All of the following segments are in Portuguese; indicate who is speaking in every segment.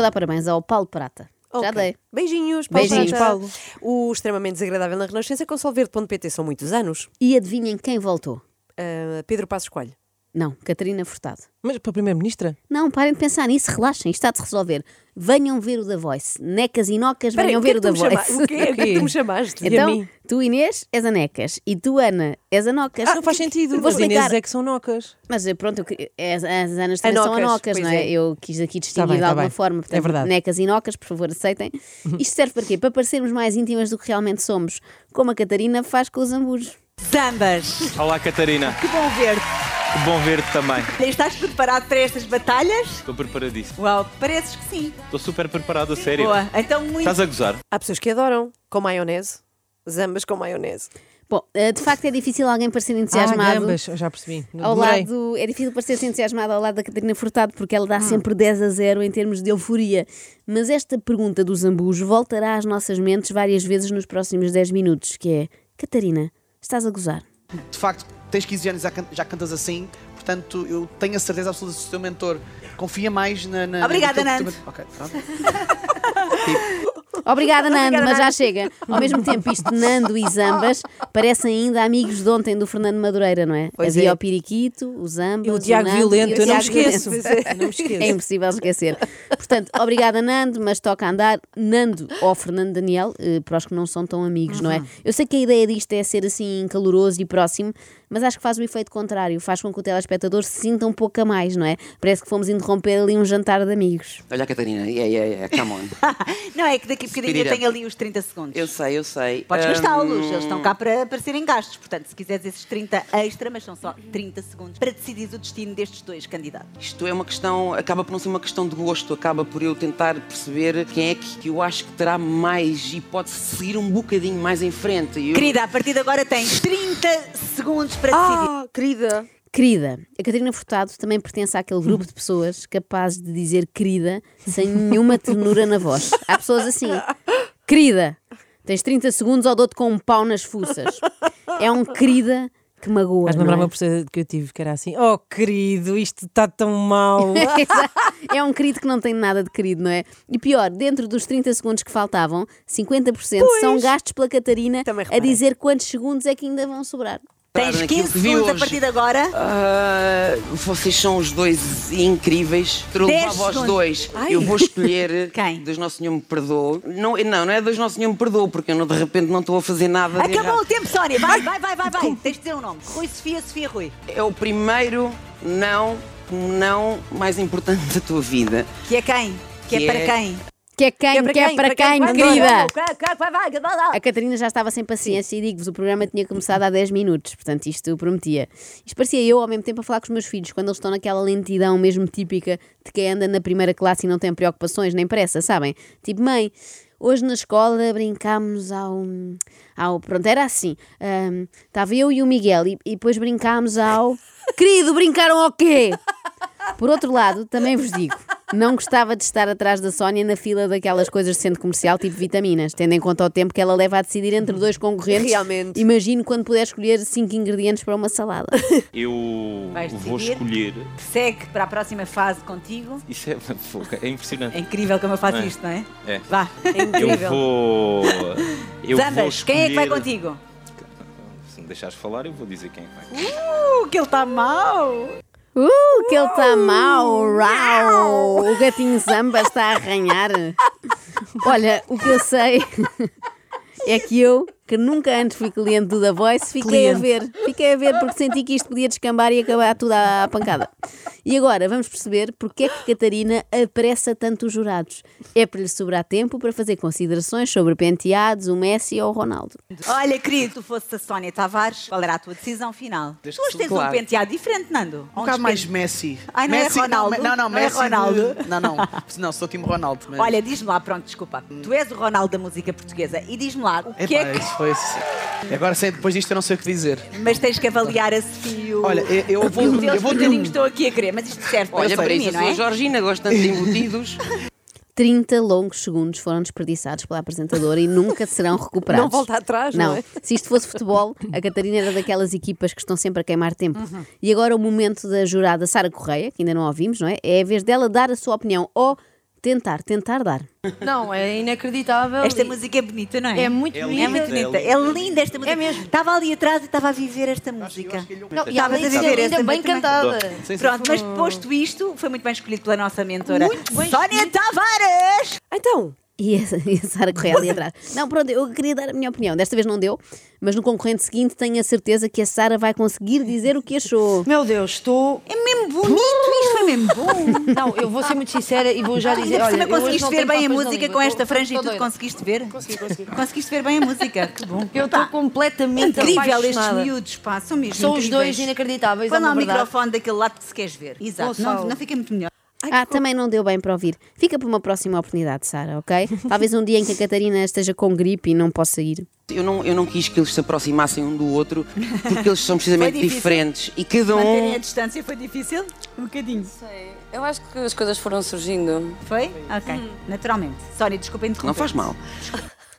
Speaker 1: dar parabéns ao Paulo Prata. Já
Speaker 2: Ok.
Speaker 1: dei.
Speaker 2: Beijinhos, Paulo.
Speaker 1: Beijinhos,
Speaker 2: Prata.
Speaker 3: Paulo.
Speaker 2: O extremamente desagradável na Renascença com solverde.pt são muitos anos.
Speaker 1: E adivinhem quem voltou?
Speaker 2: Ah, Pedro Passos Coelho.
Speaker 1: Não, Catarina Furtado.
Speaker 3: Mas para a Primeira-Ministra?
Speaker 1: Não, parem de pensar nisso, relaxem, está de se resolver. Venham ver o da Voice. Necas e nocas,
Speaker 2: Espera aí,
Speaker 1: venham
Speaker 2: o que é
Speaker 1: ver
Speaker 2: que
Speaker 1: o da
Speaker 2: tu me chama-
Speaker 1: Voice.
Speaker 2: O que é o que é que tu me chamaste?
Speaker 3: E a
Speaker 1: Então,
Speaker 3: mim?
Speaker 1: tu Inês és a Necas e tu Ana és a Nocas.
Speaker 3: Ah, não faz sentido.
Speaker 1: Vou
Speaker 3: As
Speaker 1: explicar.
Speaker 3: Inês é que são nocas.
Speaker 1: Mas eh, pronto, eu, que- eh, as, as Anas também
Speaker 2: A
Speaker 1: são
Speaker 2: Nocas,
Speaker 1: Anocas,
Speaker 2: pois
Speaker 1: não é?
Speaker 2: é.
Speaker 1: Eu quis aqui distinguir
Speaker 3: bem,
Speaker 1: de
Speaker 3: tá
Speaker 1: alguma
Speaker 3: bem.
Speaker 1: forma. Portanto,
Speaker 3: É verdade.
Speaker 1: Necas e Nocas, por favor, aceitem. Isto serve para quê? Para parecermos mais íntimas do que realmente somos, como a Catarina faz com os ambujos.
Speaker 4: Zambas,
Speaker 5: Olá, Catarina.
Speaker 4: que bom ver-te.
Speaker 5: Que bom ver-te também.
Speaker 4: Estás preparado para estas batalhas?
Speaker 5: Estou preparadíssimo.
Speaker 4: Uau, pareces que sim.
Speaker 5: Estou super preparado, a sério.
Speaker 4: Boa, então muito.
Speaker 5: Estás a gozar?
Speaker 2: Há pessoas que adoram com maionese. Zambas com maionese.
Speaker 1: Bom, eh, de facto é difícil alguém parecer entusiasmado.
Speaker 3: gambas, eu Ah, já percebi. Não
Speaker 1: ao
Speaker 3: demorei.
Speaker 1: lado, é difícil parecer-se entusiasmada ao lado da Catarina Furtado, porque ela dá sempre 10 a 0 em termos de euforia. Mas esta pergunta do Zambujo voltará às nossas mentes várias vezes nos próximos 10 minutos, que é Catarina, estás a gozar?
Speaker 6: de facto, tens 15 anos e já, can- já cantas assim, portanto, eu tenho a certeza absoluta de ser o teu mentor. Confia mais na. na
Speaker 4: Obrigada,
Speaker 6: naquilo
Speaker 4: Nando.
Speaker 6: que tu- Ok, pronto. Um
Speaker 1: Obrigada, Nando, mas já chega. Ao mesmo tempo, isto Nando e Zambas parecem ainda amigos de ontem do Fernando Madureira, não é?
Speaker 2: Pois
Speaker 1: Havia
Speaker 2: é.
Speaker 1: o Piriquito, o Zambas,
Speaker 3: E o Tiago
Speaker 1: Nando e
Speaker 3: Violento,
Speaker 1: o
Speaker 3: eu não me
Speaker 1: Tiago Violento.
Speaker 3: esqueço. Eu Não me
Speaker 1: É
Speaker 3: esqueço.
Speaker 1: impossível esquecer. Portanto, obrigada, Nando, mas toca andar. Nando ou Fernando Daniel, eh, para os que não são tão amigos, não é? Eu sei que a ideia disto é ser assim caloroso e próximo, mas acho que faz o efeito contrário. Faz com que o telespectador se sinta um pouco a mais, não é? Parece que fomos interromper ali um jantar de amigos.
Speaker 7: Olha, Catarina, yeah, yeah, yeah, come on.
Speaker 4: Não é que daqui a bocadinho eu
Speaker 7: Espírita.
Speaker 4: tenho ali os 30 segundos.
Speaker 7: Eu sei, Hum. eu sei.
Speaker 4: Podes
Speaker 7: Ahm,
Speaker 4: gastá-los, eles estão cá para, para serem gastos. Portanto, se quiseres esses 30 extra, mas são só 30 segundos, para decidir o destino destes dois candidatos.
Speaker 7: Isto é uma questão, acaba por não ser uma questão de gosto, acaba por eu tentar perceber quem é que, que eu acho que terá mais e pode seguir um bocadinho mais em frente. E eu-
Speaker 4: Querida, a partir de agora tens 30 segundos para decidir.
Speaker 2: Ah, querida.
Speaker 1: Querida, a Catarina Furtado também pertence àquele grupo de pessoas capazes de dizer querida sem nenhuma ternura na voz. Há pessoas assim. Querida, tens 30 segundos ou dou-te com um pau nas fuças. É um querida que magoa.
Speaker 3: Mas
Speaker 1: não
Speaker 3: lembrar
Speaker 1: é?
Speaker 3: uma professora que eu tive que era assim: Oh, querido, isto está tão mal.
Speaker 1: é um querido que não tem nada de querido, não é? E pior, dentro dos 30 segundos que faltavam, 50% são gastos pela Catarina
Speaker 2: Também
Speaker 1: a
Speaker 2: reparei.
Speaker 1: dizer quantos segundos é que ainda vão sobrar.
Speaker 4: Tens
Speaker 7: naquilo
Speaker 4: 15
Speaker 7: que vi
Speaker 4: segundos a
Speaker 7: hoje.
Speaker 4: partir de agora.
Speaker 7: Ah, vocês são os dois incríveis. Eu
Speaker 4: Dez
Speaker 7: levava aos
Speaker 4: segundos.
Speaker 7: dois. Eu vou escolher
Speaker 4: Quem?
Speaker 7: Deus Nosso Senhor me perdoa. Não, não, não é Deus Nosso Senhor me perdoa, porque eu não, de repente não estou a fazer nada. de
Speaker 4: Acabou o
Speaker 7: errado.
Speaker 4: tempo, Sónia. Vai, vai, vai, vai, vai. Tens de dizer o nome. Rui Sofia, Sofia Rui.
Speaker 7: É o primeiro não, não mais importante da tua vida.
Speaker 4: Que é quem? Que, é
Speaker 7: Que
Speaker 4: para
Speaker 7: é-
Speaker 4: quem?
Speaker 1: Que é quem? Que é para quem, querida?
Speaker 4: Vai, vai, vai, vai, vai.
Speaker 1: A Catarina já estava sem paciência e digo-vos, o programa tinha começado há 10 minutos, portanto isto prometia. Isto parecia eu ao mesmo tempo a falar com os meus filhos, quando eles estão naquela lentidão mesmo típica de quem anda na primeira classe e não tem preocupações nem pressa, sabem? Tipo, mãe, hoje na escola brincámos ao... ao pronto, era assim, ahm, estava eu e o Miguel e, e depois brincámos ao... Querido, brincaram ao quê? Por outro lado, também vos digo, não gostava de estar atrás da Sónia na fila daquelas coisas de centro comercial tipo vitaminas, tendo em conta o tempo que ela leva a decidir entre dois concorrentes.
Speaker 2: Realmente.
Speaker 1: Imagino quando puder escolher cinco ingredientes para uma salada.
Speaker 5: Eu
Speaker 4: Vais
Speaker 5: vou
Speaker 4: decidir?
Speaker 5: escolher.
Speaker 4: Segue para a próxima fase contigo.
Speaker 5: Isso é, fogo, é impressionante.
Speaker 4: É incrível como eu faço
Speaker 5: É.
Speaker 4: isto, não é?
Speaker 5: É.
Speaker 4: Vá. É
Speaker 5: Eu
Speaker 4: incrível.
Speaker 5: vou. Eu vou
Speaker 4: Zambas,
Speaker 5: escolher...
Speaker 4: quem é que vai contigo?
Speaker 5: Se me deixares falar, eu vou dizer quem é que vai.
Speaker 4: Uh, que ele está mau.
Speaker 1: Uh, que ele está mau! Rau! O gatinho Zamba está a arranhar. Olha, o que eu sei é que eu, que nunca antes fui cliente do Da Voice, fiquei a ver. Fiquei a ver porque senti que isto podia descambar e acabar tudo à pancada. E agora vamos perceber porque é que Catarina apressa tanto os jurados. É para lhe sobrar tempo para fazer considerações sobre penteados, o Messi ou o Ronaldo.
Speaker 4: Olha, querido, tu fosses a Sónia Tavares, qual era a tua decisão final?
Speaker 7: Desde
Speaker 4: tu hoje
Speaker 7: que-
Speaker 4: tens um
Speaker 7: claro.
Speaker 4: penteado diferme, Nando.
Speaker 6: Um bocado mais Messi.
Speaker 4: Ai, não é
Speaker 6: Messi,
Speaker 4: Ronaldo?
Speaker 6: Não, não, não,
Speaker 4: Não é
Speaker 6: Messi. de-
Speaker 4: Ronaldo?
Speaker 6: Não, não. Não, sou time Ronaldo. Mas...
Speaker 4: Olha, diz-me lá, pronto, desculpa. Tu és o Ronaldo da música portuguesa e diz-me lá o que
Speaker 6: Epá,
Speaker 4: é que.
Speaker 6: isso foi. Agora sei, depois disto eu não sei o que dizer.
Speaker 4: Mas tens que avaliar a Sofia.
Speaker 6: Olha, eu- eu vou- um.
Speaker 4: Os
Speaker 6: eu vou-
Speaker 4: bocadinhos estou aqui a querer, mas isto serve
Speaker 7: Olha,
Speaker 4: para
Speaker 7: para
Speaker 4: mim,
Speaker 7: isso,
Speaker 4: não
Speaker 7: a sua
Speaker 4: é?
Speaker 7: Georgina gosta tanto de embutidos.
Speaker 1: 30 longos segundos foram desperdiçados pela apresentadora e nunca serão recuperados.
Speaker 2: Não volta atrás, não é?
Speaker 1: Se isto fosse futebol, a Catarina era daquelas equipas que estão sempre a queimar tempo.
Speaker 2: Uhum.
Speaker 1: E agora o momento da jurada Sara Correia, que ainda não a ouvimos, não é? É a vez dela dar a sua opinião. Ou Tentar, tentar dar.
Speaker 8: Não, é inacreditável.
Speaker 4: Esta música é bonita, não é?
Speaker 8: é muito
Speaker 5: É
Speaker 8: bonita.
Speaker 4: É muito bonita. É linda esta música. mesmo. Estava ali atrás e estava a viver esta música.
Speaker 8: Não, e
Speaker 4: Estavas
Speaker 8: além
Speaker 4: a
Speaker 8: disso,
Speaker 4: viver
Speaker 8: é
Speaker 4: essa
Speaker 8: ainda bem
Speaker 4: música.
Speaker 8: cantada.
Speaker 4: Pronto, mas posto isto, foi muito bem escolhido pela nossa mentora.
Speaker 8: Muito bem
Speaker 4: Sónia Tavares!
Speaker 2: Então,
Speaker 1: E a, e a Sara correu ali atrás. Não, pronto, eu queria dar a minha opinião. Desta vez não deu, mas no concorrente seguinte tenho a certeza que a Sara vai conseguir dizer o que achou.
Speaker 8: Meu Deus, estou.
Speaker 4: É mesmo bonito isto, foi mesmo bom.
Speaker 8: Não, eu vou ser muito sincera e vou já dizer.
Speaker 4: Ainda por cima
Speaker 8: Olha, eu hoje
Speaker 4: conseguiste
Speaker 8: não
Speaker 4: ver
Speaker 8: tenho
Speaker 4: bem a
Speaker 8: papas na
Speaker 4: música
Speaker 8: língua,
Speaker 4: com
Speaker 8: tô-
Speaker 4: esta franja e
Speaker 8: tô
Speaker 4: tudo,
Speaker 8: doida.
Speaker 4: conseguiste ver? Consegui, consegui. Conseguiste ver bem a música? Que bom.
Speaker 8: Eu estou completamente
Speaker 4: Incrível estes
Speaker 8: apaixonada.
Speaker 4: miúdos, pá, são mesmo
Speaker 8: Então, São os
Speaker 4: incríveis.
Speaker 8: dois inacreditáveis, é
Speaker 4: Põe lá
Speaker 8: uma
Speaker 4: o
Speaker 8: verdade.
Speaker 4: microfone daquele lado que se queres ver. Exato, não,
Speaker 8: Gonçalo.
Speaker 4: não fica muito melhor.
Speaker 1: Ah, também não deu bem para ouvir. Fica para uma próxima oportunidade, Sara, ok? Talvez um dia em que a Catarina esteja com gripe e não possa ir.
Speaker 7: Eu não, eu não quis que eles se aproximassem um do outro porque eles são precisamente
Speaker 4: Foi difícil.
Speaker 7: diferentes e cada
Speaker 4: Manterem a
Speaker 5: Então-
Speaker 7: um.
Speaker 4: distância foi difícil? Um bocadinho.
Speaker 9: Eu acho que as coisas foram surgindo. Uhum.
Speaker 4: Foi? Ok, naturalmente. Sónia, desculpa interromper.
Speaker 7: Não faz mal.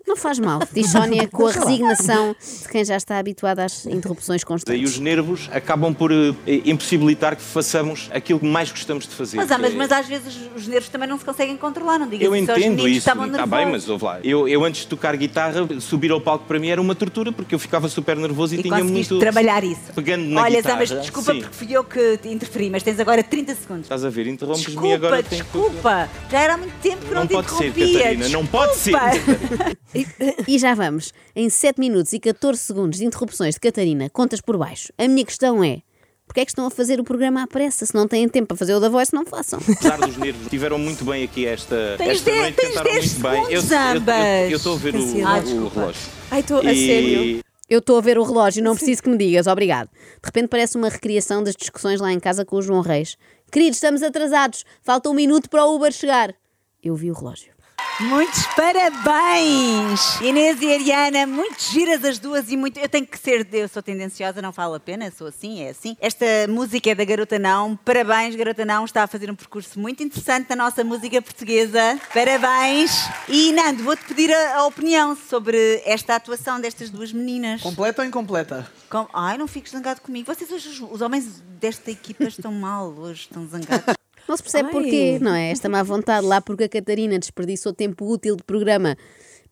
Speaker 1: Não faz mal, diz Sónia com a resignação de quem já está habituada às interrupções
Speaker 5: E os
Speaker 1: constantes.
Speaker 5: nervos acabam por eh, impossibilitar que façamos aquilo que mais gostamos de fazer.
Speaker 4: Mas, há- mas,
Speaker 5: que é-
Speaker 4: mas às vezes os- os nervos também não se conseguem controlar, não digas
Speaker 5: Eu
Speaker 4: isso aos
Speaker 5: entendo
Speaker 4: meninos que
Speaker 5: isso,
Speaker 4: estavam
Speaker 5: está bem,
Speaker 4: nervosos.
Speaker 5: mas ouve lá. Eu, eu antes de tocar guitarra, subir ao palco para mim era uma tortura porque eu ficava super nervoso e,
Speaker 4: E
Speaker 5: tinha
Speaker 4: conseguiste
Speaker 5: muito.
Speaker 4: trabalhar isso.
Speaker 5: Pegando na
Speaker 4: Olha,
Speaker 5: guitarra.
Speaker 4: Zambas, desculpa
Speaker 5: Sim.
Speaker 4: porque fui eu que te interferi, mas tens agora 30 segundos.
Speaker 5: Estás a ver? Interrompes-me e
Speaker 4: Desculpa,
Speaker 5: agora tenho que-
Speaker 4: desculpa. Já era há muito tempo que não,
Speaker 5: Não
Speaker 4: te
Speaker 5: pode ser,
Speaker 4: interrompia.
Speaker 5: Catarina, não pode ser.
Speaker 4: Desculpa.
Speaker 1: E já vamos. Em 7 minutos e 14 segundos de interrupções de Catarina, contas por baixo. A minha questão é: porquê é que estão a fazer o programa à pressa? Se não têm tempo para fazer o da voz, não façam.
Speaker 5: Apesar dos nervos, tiveram muito bem aqui esta,
Speaker 4: Tens
Speaker 5: esta
Speaker 4: dez-
Speaker 5: noite,
Speaker 4: tens
Speaker 5: cantaram
Speaker 4: dez
Speaker 5: muito bem. Eu-
Speaker 4: segundos,
Speaker 5: eu- eu-
Speaker 4: ambas.
Speaker 5: eu estou a ver o,
Speaker 4: Ah,
Speaker 5: o
Speaker 4: desculpa.
Speaker 5: relógio.
Speaker 3: Ai, estou a
Speaker 5: E-
Speaker 3: sério.
Speaker 1: Eu estou a ver o relógio, não preciso que me digas, obrigado. De repente parece uma recriação das discussões lá em casa com o João Reis. Queridos, estamos atrasados, falta um minuto para o Uber chegar. Eu vi o relógio.
Speaker 4: Muitos parabéns! Inês e Ariana, muito giras as duas e muito. Eu tenho que ser, eu sou tendenciosa, não falo a pena, sou assim, é assim. Esta música é da Garota Não. Parabéns, Garota Não, está a fazer um percurso muito interessante na nossa música portuguesa. Parabéns! E Nando, vou-te pedir a, a opinião sobre esta atuação destas duas meninas.
Speaker 6: Completa ou incompleta?
Speaker 4: Com- Ai, não fiques zangado comigo. Vocês hoje, os- os homens desta equipa estão mal hoje, estão zangados.
Speaker 1: Não se percebe
Speaker 2: Ai.
Speaker 1: porquê, não é? Esta má vontade lá porque a Catarina desperdiçou tempo útil de programa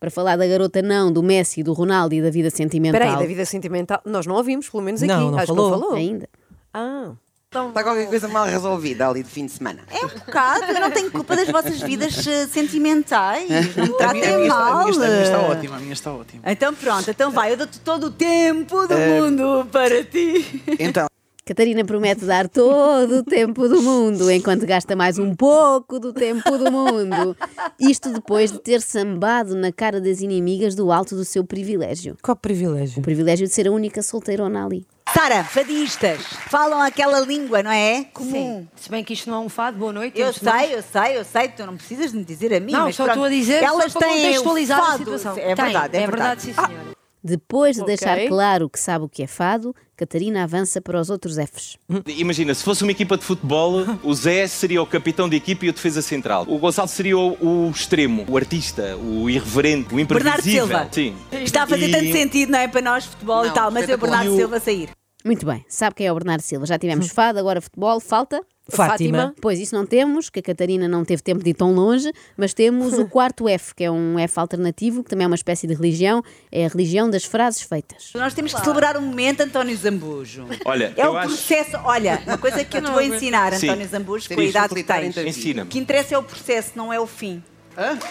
Speaker 1: para falar da garota não, do Messi, do Ronaldo e da vida sentimental.
Speaker 2: espera aí, da vida sentimental. Nós não ouvimos, pelo menos aqui.
Speaker 3: Não, não
Speaker 2: Acho que não
Speaker 3: falou.
Speaker 2: falou.
Speaker 1: Ainda. Então,
Speaker 2: Ah.
Speaker 7: Está qualquer coisa mal resolvida ali de fim de semana.
Speaker 4: É um bocado, eu não tenho culpa das vossas vidas eh, sentimentais. Não me
Speaker 6: A minha, a
Speaker 4: tratem
Speaker 6: minha está, a
Speaker 4: Tá mal.
Speaker 6: minha está- a minha está ótima, a minha está ótima.
Speaker 4: Então pronto, então vai, eu dou-te todo o tempo do
Speaker 5: É.
Speaker 4: mundo para ti.
Speaker 6: Então,
Speaker 1: Catarina promete dar todo o tempo do mundo, enquanto gasta mais um pouco do tempo do mundo. Isto depois de ter sambado na cara das inimigas do alto do seu privilégio.
Speaker 3: Qual privilégio?
Speaker 1: O privilégio de ser a única solteirona ali.
Speaker 4: Sara, fadistas, falam aquela língua, não é? Comum.
Speaker 8: Sim. Se bem que isto não é um fado, boa noite.
Speaker 4: Eu
Speaker 8: antes de mais.
Speaker 4: sei, eu sei, eu sei, tu não precisas de me dizer a mim.
Speaker 8: Não,
Speaker 4: mas
Speaker 8: só
Speaker 4: pronto,
Speaker 8: estou a dizer
Speaker 4: Elas
Speaker 8: só para
Speaker 4: têm o
Speaker 8: contextualizar a
Speaker 4: fado.
Speaker 8: situação.
Speaker 4: É
Speaker 8: Tem,
Speaker 4: verdade, é,
Speaker 8: verdade. sim, senhora.
Speaker 1: Depois de
Speaker 2: Ok.
Speaker 1: deixar claro que sabe o que é fado, Catarina avança para os outros Fs.
Speaker 5: Imagina, se fosse uma equipa de futebol, o Zé seria o capitão de equipa e o defesa central. O Gonçalo seria o, o extremo, o artista, o irreverente, o imprevisível.
Speaker 4: Bernardo Silva.
Speaker 5: Sim.
Speaker 4: Está a fazer
Speaker 5: E-
Speaker 4: tanto sentido, não é? Para nós, futebol e
Speaker 7: Não,
Speaker 4: tal,
Speaker 8: é
Speaker 4: mas eu,
Speaker 7: espetacular.
Speaker 4: Bernardo
Speaker 5: E o-
Speaker 4: Silva, sair.
Speaker 1: Muito bem, sabe quem é o Bernardo Silva? Já tivemos
Speaker 3: Hum.
Speaker 1: fado, agora futebol, falta.
Speaker 2: Né?
Speaker 3: Fátima.
Speaker 1: Pois isso não temos, que a Catarina não teve tempo de ir tão longe, mas temos o quarto F, que é um F alternativo, que também é uma espécie de religião, é a religião das frases feitas.
Speaker 4: Nós temos que celebrar o momento, António Zambujo.
Speaker 5: Olha,
Speaker 4: É
Speaker 5: eu
Speaker 4: o
Speaker 5: acho.
Speaker 4: processo. Olha, uma coisa que eu te vou ensinar,
Speaker 5: Sim.
Speaker 4: António Zambujo, com a
Speaker 7: Serias
Speaker 4: idade que
Speaker 7: facilitar a
Speaker 4: tens.
Speaker 7: entrevista.
Speaker 4: O
Speaker 5: Ensina-me.
Speaker 4: que interessa é o processo, não é o fim.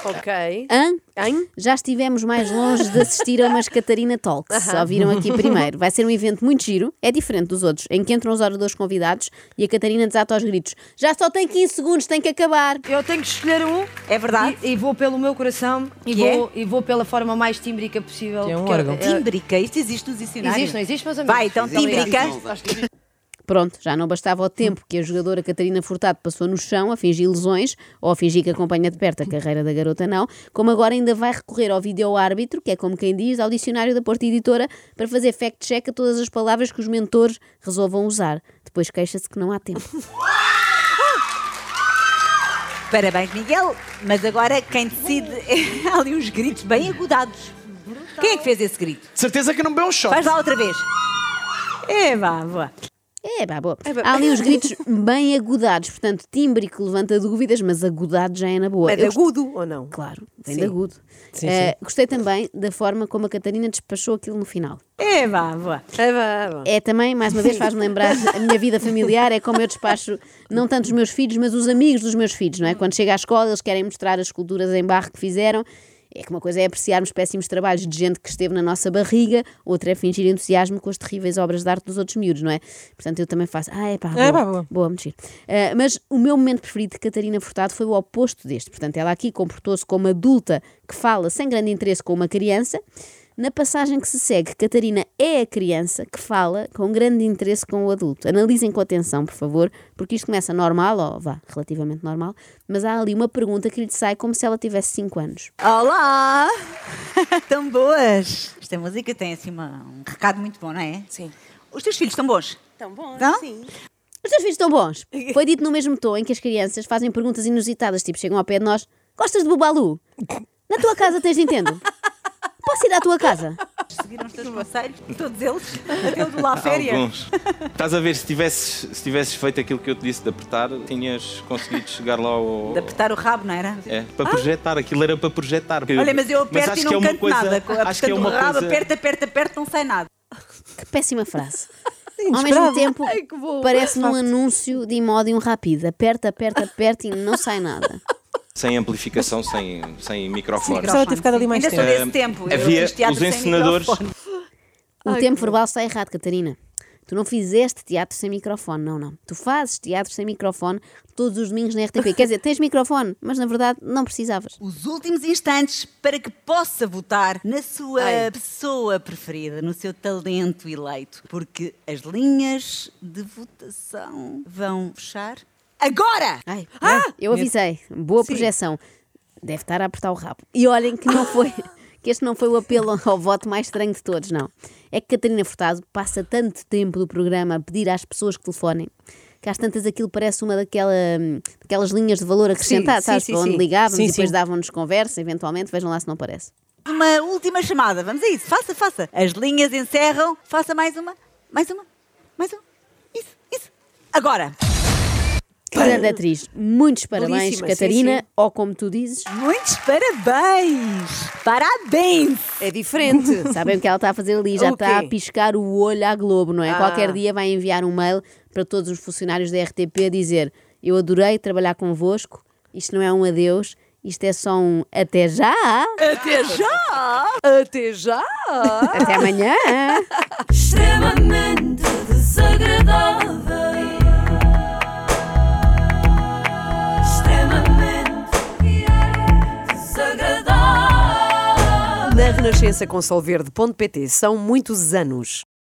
Speaker 2: Ok.
Speaker 1: Hã?
Speaker 2: Hein?
Speaker 1: Já estivemos mais longe de assistir a umas Catarina Talks, só viram aqui primeiro. Vai ser um evento muito giro, é diferente dos outros, em que entram os oradores convidados e a Catarina desata aos gritos: Já só tem 15 segundos, tem que acabar.
Speaker 8: Eu tenho que escolher um.
Speaker 4: É verdade?
Speaker 8: E, e vou pelo meu coração e
Speaker 4: Que é?
Speaker 8: vou, e vou pela forma mais tímbrica possível.
Speaker 3: Que é um
Speaker 8: porque
Speaker 3: órgão.
Speaker 8: eu- eu-
Speaker 4: Tímbrica, isto existe nos dicionários.
Speaker 8: Existe, não existe, meus amigos?
Speaker 4: Vai, então, tímbrica.
Speaker 1: Pronto, já não bastava o tempo que a jogadora Catarina Furtado passou no chão a fingir lesões ou a fingir que acompanha de perto a carreira da garota, não, como agora ainda vai recorrer ao vídeo-árbitro, que é como quem diz, ao dicionário da Porta Editora, para fazer fact-check a todas as palavras que os mentores resolvam usar. Depois queixa-se que não há tempo.
Speaker 4: Parabéns, Miguel. Mas agora quem decide é ali uns gritos bem agudados. Quem é que fez esse grito?
Speaker 6: de certeza que não bebeu um shot.
Speaker 4: Faz lá outra vez. É, vá, boa.
Speaker 1: É, pá, boa.
Speaker 2: É, pá.
Speaker 1: Há ali uns gritos bem agudados, portanto, timbre que levanta dúvidas, mas agudado já é na boa.
Speaker 2: É de
Speaker 1: Eu gost-
Speaker 2: agudo ou não?
Speaker 1: Claro, vem
Speaker 2: Sim.
Speaker 1: de agudo.
Speaker 3: Sim,
Speaker 1: Eh, gostei também da forma como a Catarina despachou aquilo no final.
Speaker 4: É, vá, vá.
Speaker 2: É, vá, vá.
Speaker 1: É também, mais uma vez, faz-me lembrar a minha vida familiar, é como eu despacho não tanto os meus filhos, mas os amigos dos meus filhos, não é? Quando chego à escola, eles querem mostrar as esculturas em barro que fizeram. É que uma coisa é apreciarmos péssimos trabalhos de gente que esteve na nossa barriga, outra é fingir entusiasmo com as terríveis obras de arte dos outros miúdos, não é? Portanto, eu também faço. Ah, é pá, boa,
Speaker 3: É pá, boa.
Speaker 1: boa, muito giro. Ah, mas o meu momento preferido de Catarina Furtado foi o oposto deste. Portanto, ela aqui comportou-se como adulta que fala sem grande interesse com uma criança. Na passagem que se segue, Catarina é a criança que fala com grande interesse com o adulto. Analisem com atenção, por favor, porque isto começa normal, ou vá, relativamente normal, mas há ali uma pergunta que lhe sai como se ela tivesse 5 anos.
Speaker 4: Olá! Tão boas! Esta música tem assim uma- um recado muito bom, não é?
Speaker 9: Sim.
Speaker 4: Os teus filhos estão bons?
Speaker 9: Tão bom,
Speaker 4: Tão?
Speaker 9: sim.
Speaker 1: Os teus filhos estão bons. Foi dito no mesmo tom em que as crianças fazem perguntas inusitadas, tipo chegam ao pé de nós: Gostas de Bubalu? Na tua casa tens Nintendo? Posso ir à tua casa?
Speaker 4: Seguiram os teus conselhos? Todos eles? Até o de lá à férias?
Speaker 5: Alguns. Estás a ver, se tivesses, se tivesses feito aquilo que eu te disse de apertar, tinhas conseguido chegar lá ao.
Speaker 4: De apertar o rabo, não era?
Speaker 5: É, para projetar, aquilo era para projetar.
Speaker 4: Olha, mas eu aperto
Speaker 5: acho
Speaker 4: e
Speaker 5: que é
Speaker 4: não
Speaker 5: uma
Speaker 4: canto
Speaker 5: coisa-
Speaker 4: nada.
Speaker 5: Acho que é
Speaker 4: Portanto,
Speaker 5: uma
Speaker 4: o rabo
Speaker 5: coisa.
Speaker 4: aperta, aperta, aperta, não sai nada.
Speaker 1: Que péssima frase. Ao mesmo tempo, parece num anúncio de Imodium rápido. Aperta, aperta, aperta e não sai nada.
Speaker 5: Sem amplificação, sem, sem microfone.
Speaker 3: Precisava ter ficado ali mais
Speaker 4: Ainda sou
Speaker 3: tempo.
Speaker 4: desse
Speaker 5: Eh,
Speaker 4: tempo. Eu
Speaker 5: havia
Speaker 4: fiz teatro
Speaker 5: os
Speaker 4: sem
Speaker 5: encenadores-
Speaker 4: microfone.
Speaker 1: O
Speaker 3: Ah,
Speaker 1: tempo verbal está errado, Catarina. Tu não fizeste teatro sem microfone, não, não. Tu fazes teatro sem microfone todos os domingos na RTP. Quer dizer, tens microfone, mas na verdade não precisavas.
Speaker 4: Os últimos instantes para que possa votar na sua pessoa preferida, no seu talento eleito. Porque as linhas de votação vão fechar agora!
Speaker 1: Ai,
Speaker 3: ah!
Speaker 1: não, Ah! eu avisei. Boa projeção. Deve estar a apertar o rabo. E olhem que não foi. Que este não foi o apelo ao voto mais estranho de todos, não. É que Catarina Furtado passa tanto tempo do programa a pedir às pessoas que telefonem que às tantas aquilo parece uma daquela, hum, daquelas linhas de valor acrescentado,
Speaker 3: sim,
Speaker 1: sabes?
Speaker 3: sim,
Speaker 1: para onde
Speaker 3: sim.
Speaker 1: ligávamos
Speaker 3: Sim,
Speaker 1: e depois
Speaker 3: sim.
Speaker 1: davam-nos conversa, eventualmente, vejam lá se não parece.
Speaker 4: Uma última chamada, vamos a isso. Faça, faça. As linhas encerram. Faça mais uma, mais uma, mais uma. Isso, isso. Agora.
Speaker 1: Grande atriz, muitos parabéns,
Speaker 2: Belíssima, sim,
Speaker 1: Catarina,
Speaker 2: sim.
Speaker 1: ou como tu dizes,
Speaker 4: Muitos parabéns! Parabéns!
Speaker 2: É diferente.
Speaker 1: sabem o que ela está a fazer ali, já
Speaker 2: O
Speaker 1: está a
Speaker 2: quê?
Speaker 1: piscar o olho à Globo, não é?
Speaker 2: Ah.
Speaker 1: Qualquer dia vai enviar um mail para todos os funcionários da RTP a dizer: Eu adorei trabalhar convosco, isto não é um adeus, isto é só um até já,
Speaker 2: Até já! Até já!
Speaker 1: até amanhã.
Speaker 10: extremamente desagradável. Extremamente desagradável.
Speaker 2: Na renascença com solverde.pt são muitos anos.